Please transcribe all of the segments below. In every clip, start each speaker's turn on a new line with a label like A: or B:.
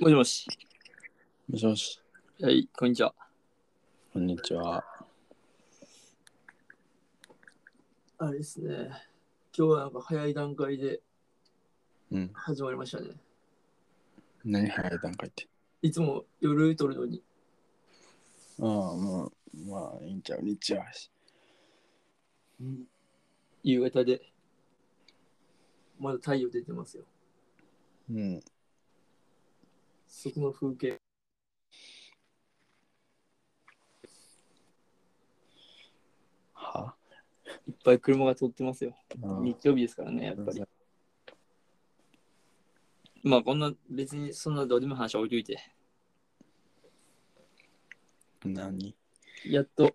A: もしもし。
B: もしもし、
A: はい、こんにちは。
B: こんにちは。
A: あれですね。今日はなんか早い段階で
B: うん。
A: 始まりましたね。
B: 何早い段階って。
A: いつも夜撮るのに。
B: ああ、もう、まあ、いいんちゃう、日曜やし。うん。
A: 夕方で。まだ太陽出てますよ。
B: うん。
A: そこの風景。
B: はい
A: っぱい車が通ってますよ。
B: うん
A: 日曜日ですからね、やっぱり。まあこんな、別にそんなどうでもいい話は置いといて。
B: 何
A: やっと、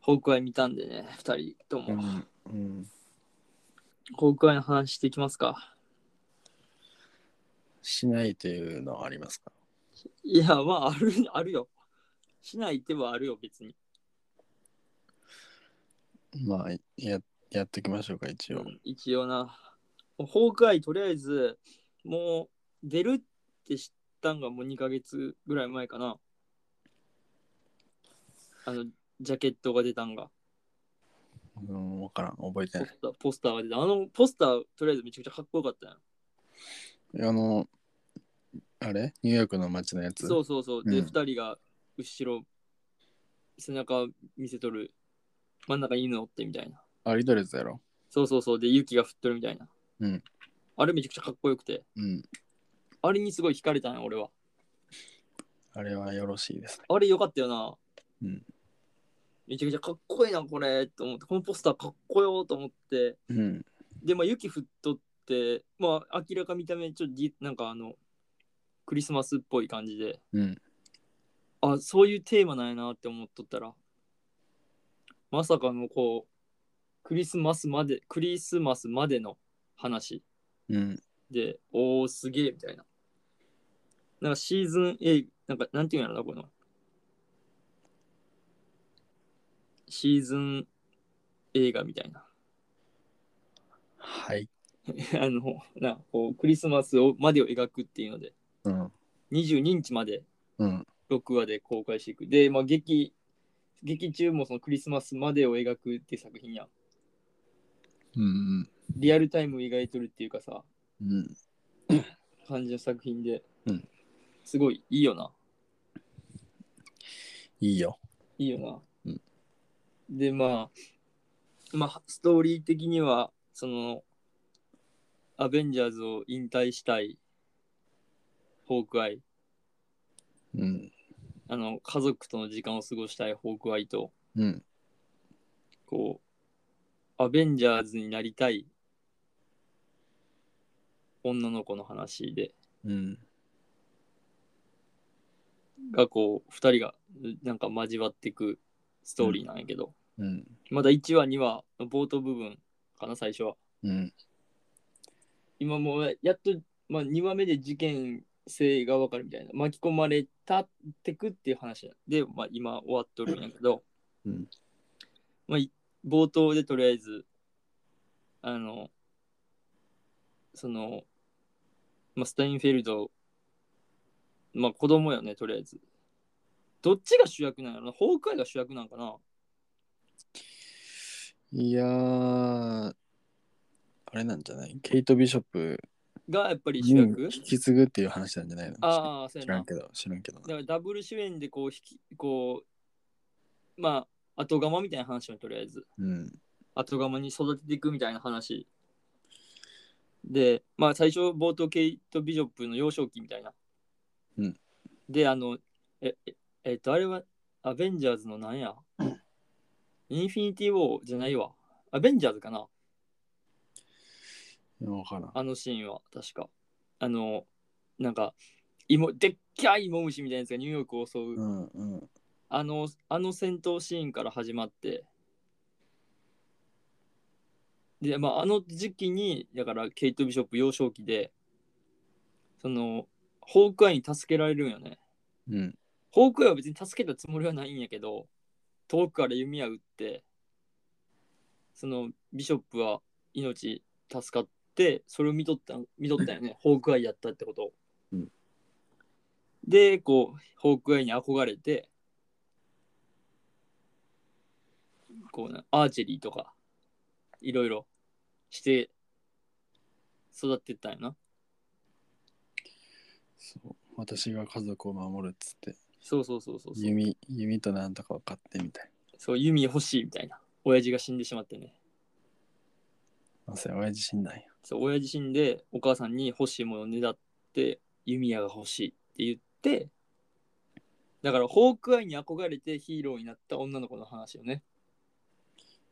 A: ホークアイ見たんでね、二人と
B: う
A: も。
B: ん。うん。
A: ホークアイの話していきますか。
B: しないというのはありますか
A: いや、まあある、あるよ。しない手はあるよ、別に。
B: まあ、や、やってきましょうか、一応。
A: 一応な。ホークアイ、とりあえず、もう出るって知ったんがもう2ヶ月ぐらい前かな。あの、ジャケットが出たんが、
B: うん、わからん、覚え
A: ポ
B: てない。
A: スターポスターが出た。あのポスター、とりあえずめちゃくちゃかっこよかったやん。
B: あの、あれニューヨークの街のやつ。
A: そうそうそう。で、
B: うん
A: 二2人が後ろ、背中見せとる。真ん中に犬乗ってみたいな。
B: アリドレスやろ。
A: そうそうそう。で、雪が降っとるみたいな。
B: うん
A: あれめちゃくちゃかっこよくて。
B: うん。
A: あれにすごい惹かれたんや、俺は。
B: あれはよろしいですね。
A: あれよかったよな。
B: うん
A: めちゃくちゃかっこいいな、これ、と思って、このポスターかっこよと思って、
B: うん。
A: で、まあ、雪降っとって、まあ、明らか見た目、ちょっとじ、なんかあの、クリスマスっぽい感じで、
B: うん。
A: あ、そういうテーマなんやなって思っとったら、まさかのこう、クリスマスまで、クリスマスまでの話
B: うん。
A: で、おー、すげえ、みたいな。なんかシーズン A、なんか、なんていうんやろな、この。シーズン映画みたいな。
B: はい。
A: あの、なこうクリスマスをまでを描くっていうので、
B: うん。
A: 22日まで
B: うん。
A: 6話で公開していく。で、まあ、劇、劇中もそのクリスマスまでを描くって作品やん。
B: うん。
A: リアルタイムを描いとるっていうかさ、
B: うん。
A: 感じの作品で、
B: うん
A: すごいいいよな。
B: いいよ。
A: いいよな。
B: うん
A: で、まあ、まあ、ストーリー的には、その、アベンジャーズを引退したい、ホークアイ、
B: うん。
A: あの、家族との時間を過ごしたいホークアイと、
B: うん。
A: こう、アベンジャーズになりたい女の子の話で、
B: うん。
A: がこう、二人がなんか交わっていくストーリーなんやけど、
B: うん。
A: まだ1話、2話、冒頭部分かな、最初は。
B: うん。
A: 今もうやっと、まあ、2話目で事件性がわかるみたいな巻き込まれたってくっていう話で、まあ、今終わっとるんやけど、
B: うん
A: まあ、い冒頭でとりあえずあのその、まあ、スタインフェルドまあ子供よねとりあえずどっちが主役なんやろなホークアイが主役なんかない
B: やー、あれなんじゃないケイト・ビショップ
A: がやっぱり
B: に
A: 主役、
B: 引き継ぐっていう話なんじゃないの
A: ああそう
B: 知
A: や
B: ら
A: なん
B: けど、知らんけど
A: だからダブル主演でこう引きこうまあ後釜みたいな話をとりあえず
B: うん。
A: 後釜に育てていくみたいな話でまあ最初冒頭ケイト・ビジョップの幼少期みたいな、
B: うん
A: であのえええっとあれはアベンジャーズのなんや、インフィニティ・ウォーじゃないわアベンジャーズかな
B: わからん。
A: あのシーンは確かあのなんか芋でっかい芋虫みたいなやつがニューヨークを襲う
B: うんうん。
A: あの、あの戦闘シーンから始まって、で、まあ、あの時期に、だから、ケイト・ビショップ幼少期で、その、ホークアイに助けられるんよね。
B: うん。
A: ホークアイは別に助けたつもりはないんやけど、遠くから弓矢撃って、その、ビショップは命 助かって、それを見とった、見とったよね、ホークアイやったってことを。
B: うん
A: で、こう、ホークアイに憧れて、こうな、アーチェリーとか、いろいろして、育ってったんやな。
B: そう私が家族を守るっつって
A: そうそうそうそうそう。
B: 弓弓となんとかを買ってみたい
A: そう、弓欲しいみたいな。親父が死んでしまってね。
B: なあそれ親父死んだんや
A: そう、親父死んで、お母さんに欲しいものをねだって、弓矢が欲しいって言って、だから、ホークアイに憧れてヒーローになった女の子の話よね。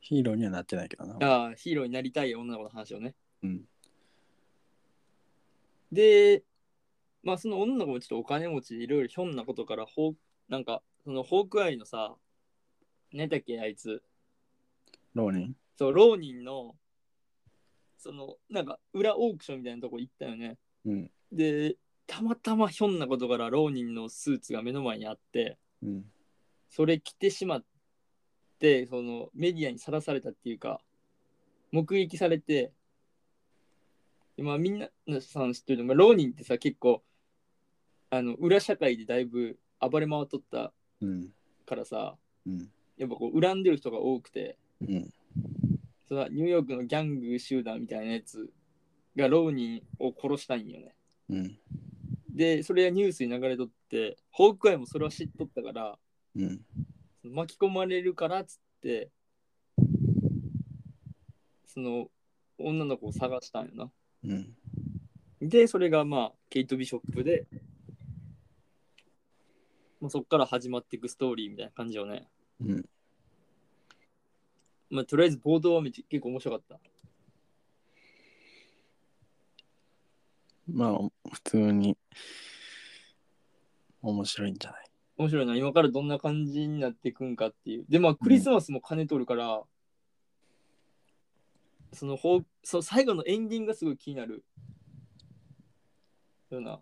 B: ヒーローにはなってないけどな
A: ああ、ヒーローになりたい女の子の話よね。
B: うん
A: で、まあ、その女の子もちょっとお金持ちでいろいろひょんなことから、ホーなんか、そのホークアイのさ、何だっけ、あいつ。
B: 浪人
A: そう、浪人の、その、なんか、裏オークションみたいなとこ行ったよね。
B: うん
A: で、たまたまひょんなことから浪人のスーツが目の前にあって、
B: うん
A: それ着てしまって、そのメディアにさらされたっていうか、目撃されて、でまあみんなさん知ってるの、まあ、浪人ってさ、結構、あの、裏社会でだいぶ暴れ回っとった
B: うん
A: からさ、
B: うん
A: やっぱこう恨んでる人が多くて、
B: うん
A: そのニューヨークのギャング集団みたいなやつが浪人を殺したんよね。
B: うん
A: で、それがニュースに流れとって、ホークアイもそれは知っとったから、
B: うん
A: 巻き込まれるからっつって、その女の子を探したんよな。
B: うん
A: で、それがまあ、ケイト・ビショップで、まあ、そっから始まっていくストーリーみたいな感じよね。
B: うん
A: まあ、とりあえず冒頭はめっちゃ結構面白かった。
B: まあ普通に面白いんじゃない
A: 面白いな今からどんな感じになっていくんかっていうでまあクリスマスも兼ねとるから、そのほうその最後のエンディングがすごい気になるような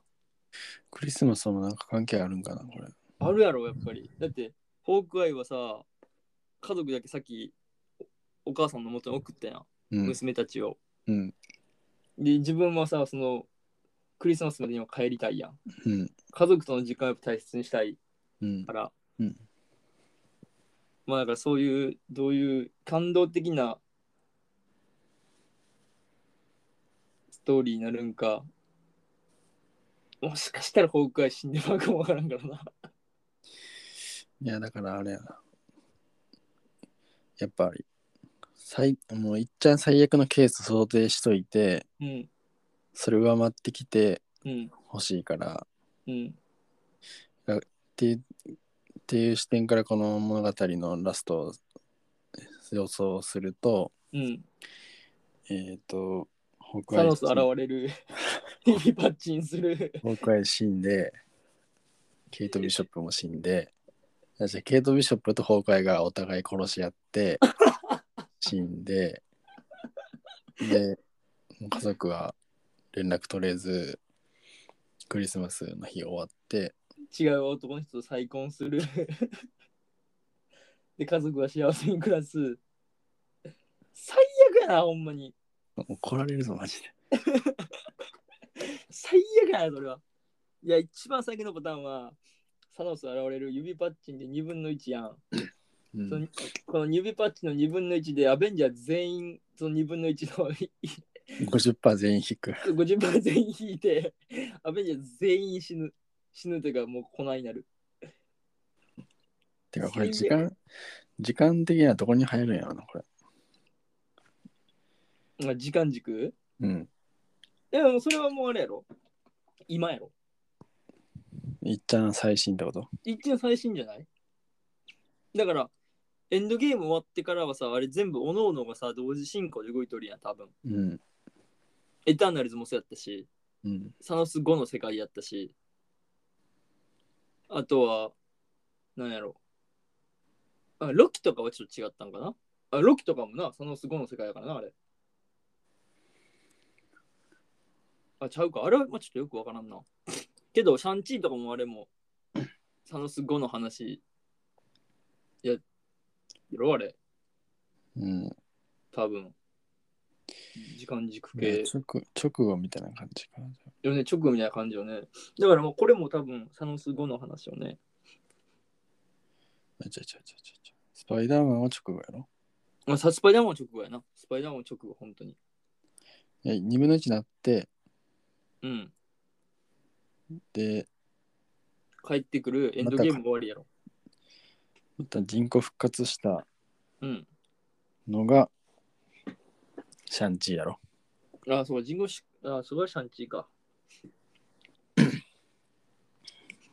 B: クリスマスともなんか関係あるんかなこれ
A: あるやろやっぱりだってホークアイはさ家族だけさっきおお母さんの元に送ったやん、
B: うん
A: 娘たちを
B: うん
A: で自分はさそのクリスマスまでには帰りたいやん
B: うん
A: 家族との時間をやっぱ大切にしたい
B: うん
A: から、
B: うん
A: まあだからそういうどういう感動的なストーリーになるんかもしかしたらホークアイ死んでまうかもわからんからな
B: いやだからあれやなやっぱり最もういっちゃん最悪のケース想定しといて
A: うん
B: それ上回ってきて
A: うん
B: ほしいから
A: うん
B: っていうっていう視点からこの物語のラストを予想すると
A: うん
B: えっ、と北
A: サ
B: 海
A: ノス現れる指パッチンする
B: 僕は死んで、ケイト・ビショップも死んで、あじゃあケイト・ビショップと崩壊がお互い殺し合 って、死んで、で、家族は連絡取れず、クリスマスの日終わって、
A: 違う男の人と再婚するで家族は幸せに暮らす最悪やなほんまに
B: 怒られるぞ、マジで。
A: 最悪やな、それは。いや、一番最悪のパターンは、サノス現れる指パッチンで2分の1やん。
B: う
A: その
B: ん、
A: この指パッチンの2分の1で、アベンジャー全員、その2分の1の
B: 50%全員引く。
A: 50%全員引いて、アベンジャー全員死ぬ。死ぬというか、もう粉になる。
B: てか、これ時間、時間的にはどこに入るんやろな、これ。
A: まあ時間軸
B: うん。
A: いや、もうそれはもうあれやろ。今やろ。
B: いっちゃん最新ってこと
A: 一応最新じゃないだから、エンドゲーム終わってからはさ、あれ全部各々がさ、同時進行で動いとるやん、多分。
B: うん。
A: エターナルズもそうやったし、
B: うん。
A: サノス後の世界やったし、あとは、なんやろあ。ロキとかはちょっと違ったんかなあロキとかもな、サノス後の世界やからな、あれ。あ、ちゃうか。あれはまあちょっとよくわからんな。けど、シャンチーとかもあれも、サノス後の話、や、やろ、あれ。
B: うん。
A: 多分。時間軸
B: いや
A: 系。
B: 直直後みたいな感じかな。
A: よね、直後みたいな感じよね。だからもうこれも多分、サノス後の話よね。
B: あちゃちゃちゃちゃちゃ。スパイダーマンは直後やろ
A: まあ、さスパイダーマン直後やな。スパイダーマン直後、本当に。
B: いや、2分の1になって、
A: うん。
B: で、
A: 帰ってくるエンドゲーム終わりやろ。
B: また人口復活した
A: うん。
B: のが、シャンチーやろ。
A: あ、そう、人工し、あ、それはシャンチーか。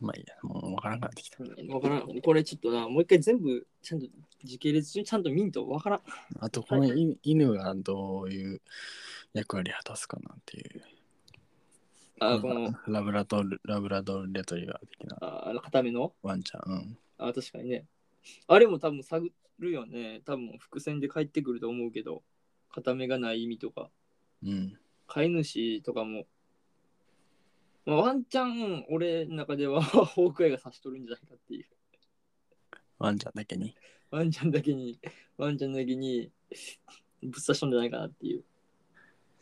B: まあいいや、もう分からんくなってきた。
A: わからん。これちょっとな、もう一回全部、ちゃんと時系列中にちゃんと見んとわからん。
B: あと、この犬,、犬がどういう役割を果たすかなっていう。
A: あ、この、
B: ラブラドル、ラブラドルレトリバー的な
A: ああの、固めの。
B: ワンちゃん。うん
A: あ、確かにね。あれも多分探るよね。多分伏線で帰ってくると思うけど、固めがない意味とか、
B: うん。
A: 飼い主とかも。まあ、ワンチャン、俺の中では ホークアイが差し取るんじゃないかっていう。
B: ワンちゃんだけに。
A: ワンちゃんだけに、ワンちゃんだけに、ぶっ刺したんじゃないかなっていう。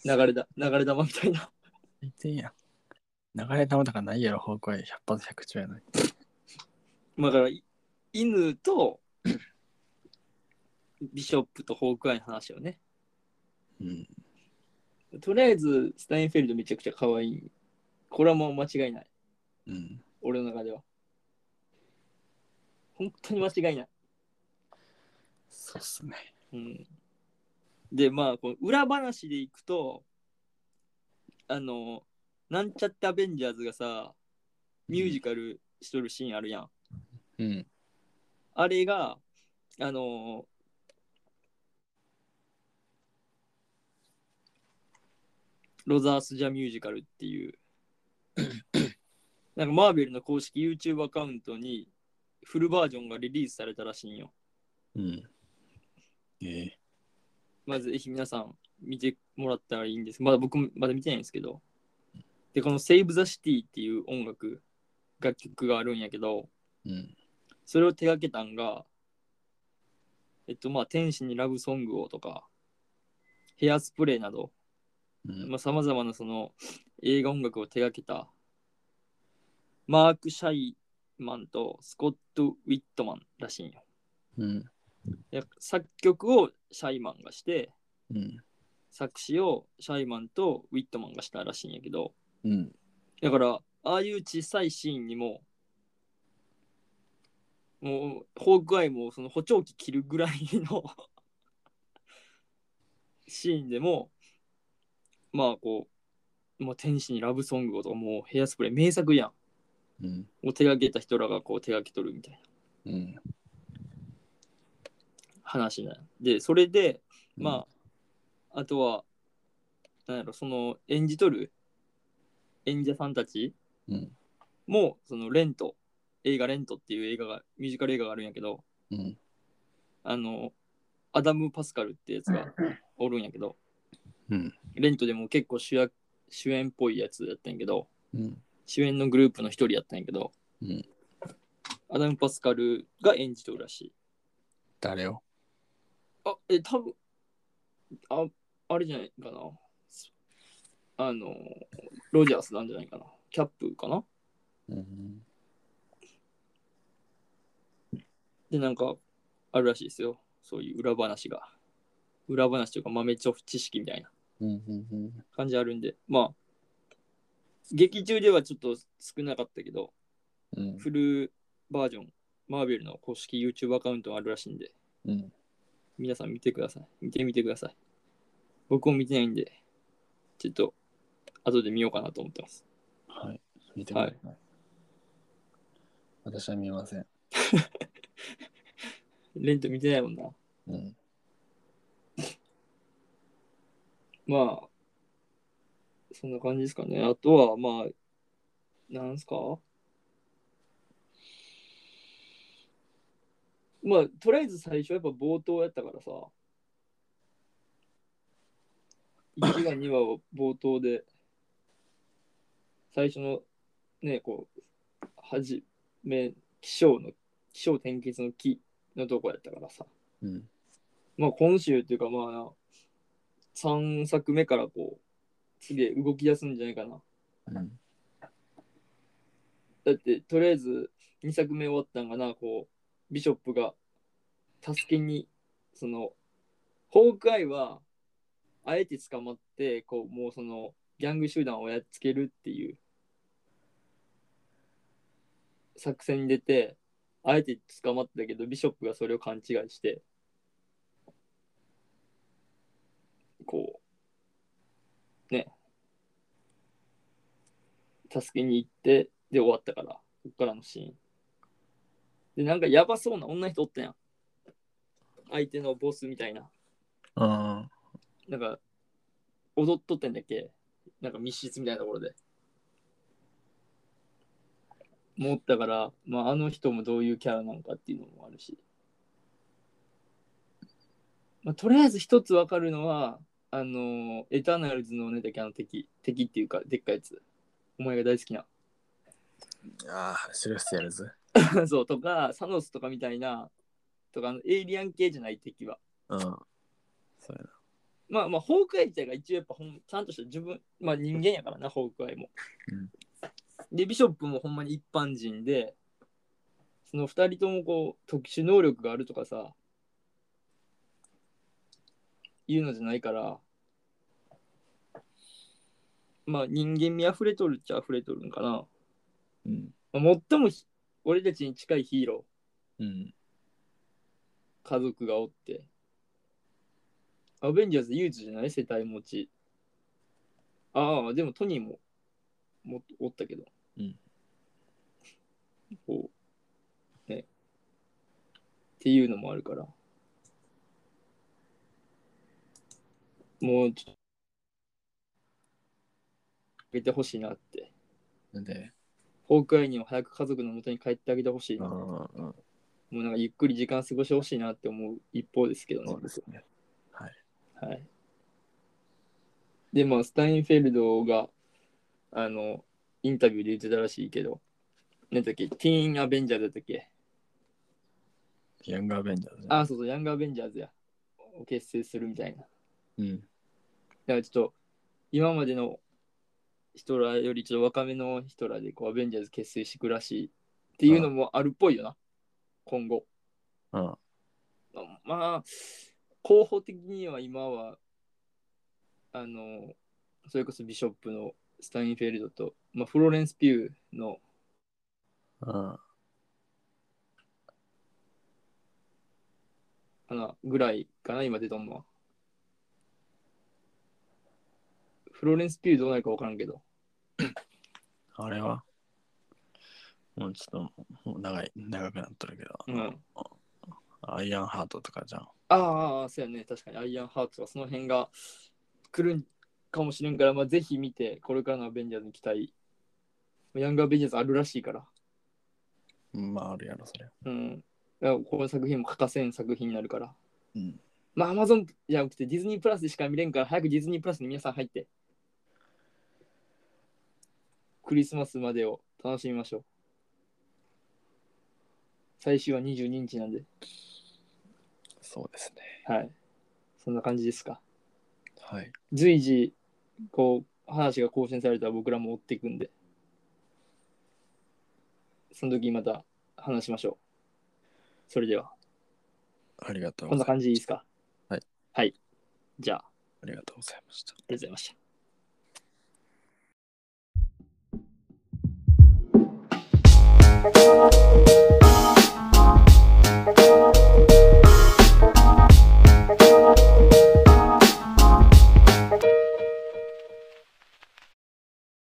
A: 流れだ、流れ玉みたいな。
B: 最低やん。流れ玉とかないやろ、方向へ100発100中やない。
A: まあだから、い犬と、 ビショップとホークアイの話をね。
B: うん。
A: とりあえず、スタインフェルドめちゃくちゃ可愛い。これはもう間違いない。
B: うん。
A: 俺の中では。本当に間違いない。
B: そうっすね。
A: うん、で、まあ、この裏話でいくと、あの、なんちゃってアベンジャーズがさ、ミュージカルしとるシーンあるやん。
B: うん。
A: あれが、あの、ロザース・ジャ・ミュージカルっていう、なんかマーベルの公式 YouTube アカウントにフルバージョンがリリースされたらしいんよ。
B: うん。ええ
A: まずぜひ皆さん見てもらったらいいんです。まだ僕もまだ見てないんですけど。で、この Save the City っていう音楽、楽曲があるんやけど、
B: うん。
A: それを手掛けたんが、えっとまあ、天使にラブソングをとか、ヘアスプレーなど、
B: うん。
A: まあ、さまざまなその映画音楽を手掛けた、マーク・シャイマンとスコット・ウィットマンらしいんよ。
B: うん。
A: で作曲をシャイマンがして、
B: うん。
A: 作詞をシャイマンとウィットマンがしたらしいんやけど、
B: うん。
A: だから、ああいう小さいシーンにも、もう、ホークアイもその補聴器切るぐらいの シーンでも、まあこう、まあ、天使にラブソングをとか、もうヘアスプレー名作や
B: うん。
A: ん。を手がけた人らがこう手がけとるみたいな
B: うん。
A: 話なんやで、それで、まあ、あとは、なんやろ、その演じとる演者さんたち、
B: うん。
A: もうそのレント映画レントっていう映画がミュージカル映画があるんやけど
B: うん。
A: あのアダム・パスカルってやつがおるんやけど
B: うん。
A: レントでも結構主役主演っぽいやつやったんやけど
B: うん。
A: 主演のグループの一人やったんやけど、
B: うん
A: アダム・パスカルが演じとるらしい
B: 誰を
A: あえ多分ああれじゃないかなあのロジャースなんじゃないかなキャップかな
B: うん。
A: で、なんか、あるらしいですよ。そういう裏話が。裏話というか豆知識みたいな
B: うん。うん。
A: 感じあるんで、まあ、劇中ではちょっと少なかったけど、
B: うん。
A: フルバージョン、マーベルの公式 YouTube アカウントがあるらしいんで、
B: うん。
A: 皆さん見てください。見てみてください。僕も見てないんで、ちょっと、後で見ようかなと思ってます。
B: はい。見てください。私は見えません。
A: レント見てないもんな。
B: うん。
A: まあ、そんな感じですかね。あとは、まあ、なんすかまあ、とりあえず最初やっぱ冒頭やったからさ、1話、2話を冒頭で、最初のね、こう、はじめ、気象の、気象転結の木のとこやったからさ、
B: うん。
A: まあ今週っていうかまあ3作目からこう次へ動き出すんじゃないかな
B: うん。
A: だってとりあえず2作目終わったんがなこうビショップが助けにそのホークアイはあえて捕まってこうもうそのギャング集団をやっつけるっていう作戦に出てあえて捕まったけどビショップがそれを勘違いしてこうね助けに行ってで終わったからこっからのシーンでなんかやばそうな女の人おったやん相手のボスみたいな
B: あ
A: なんか踊っとってんだっけなんか密室みたいなところで思ったから、まあ、あの人もどういうキャラなのかっていうのもあるし、まあ、とりあえず一つわかるのはあのエターナルズのねだけあの敵敵っていうかでっかいやつお前が大好きな
B: あー、シルスやるぜ。
A: そうとかサノスとかみたいなとかあのエイリアン系じゃない敵は
B: うん。そうや
A: まあまあホークアイ自体が一応やっぱほんちゃんとした自分まあ人間やからなホークアイも、
B: うん
A: でビショップもほんまに一般人でその2人ともこう特殊能力があるとかさいうのじゃないからまあ人間味あふれとるっちゃあふれとるんかな、
B: な。うん。
A: まあ、最もひ俺たちに近いヒーロー
B: うん。
A: 家族がおって。アベンジャーズ唯一じゃない世帯持ち。ああ、でもトニーももおったけど。
B: うん
A: こう。ね。っていうのもあるから。もうちょっと。あげてほしいなって。
B: なんで、
A: ホークアイにも早く家族の元に帰ってあげてほしいな。
B: う
A: も
B: んうん、
A: うなんかゆっくり時間過ごしてほしいなって思う一方ですけどね。
B: そうですね。
A: はい。で、まあ、スタインフェルドが、あの、インタビューで言ってたらしいけど、なんだっけ、ティーン・アベンジャーズだったっけ
B: ヤングアベンジャーズね。
A: あ、そうそう、ヤング・アベンジャーズや。を結成するみたいな。だか
B: うん。
A: らちょっと、今までの人らよりちょっと若めの人らで、こう、アベンジャーズ結成してくらしいっていうのもあるっぽいよな、今後。
B: うん。
A: まあ、候補的には今は、あの、それこそビショップのスタインフェルドと、まあ、フローレンス・ピューの、
B: うん。
A: あの、ぐらいかな、今出とんのは。フローレンス・ピューどうなるか分からんけど。
B: あれはもうちょっと、もう長い、長くなっとるけど、
A: うん。
B: アイアンハートとかじゃん。
A: ああああ、そうやね。確かに、アイアンハーツはその辺が来るんかもしれんから、まあ、ぜひ見て、これからのアベンジャーズに期待。ヤング・アベンジャーズあるらしいから。
B: うんまあ、あるやろ、それ。
A: うん。だからこの作品も欠かせん作品になるから。
B: うん。
A: まあ、アマゾンじゃなくてディズニープラスでしか見れんから、早くディズニープラスに皆さん入って。クリスマスまでを楽しみましょう。最終は22日なんで。
B: そうですね。
A: はい。そんな感じですか。
B: はい。
A: 随時、こう、話が更新されたら僕らも追っていくんで。その時また話しましょう。それでは、
B: ありがとう
A: こん
B: ご
A: な
B: ざいま
A: 感じでいいですか
B: はい。
A: はい。じゃあ、あ
B: ありがとうございました。
A: りがとうございました。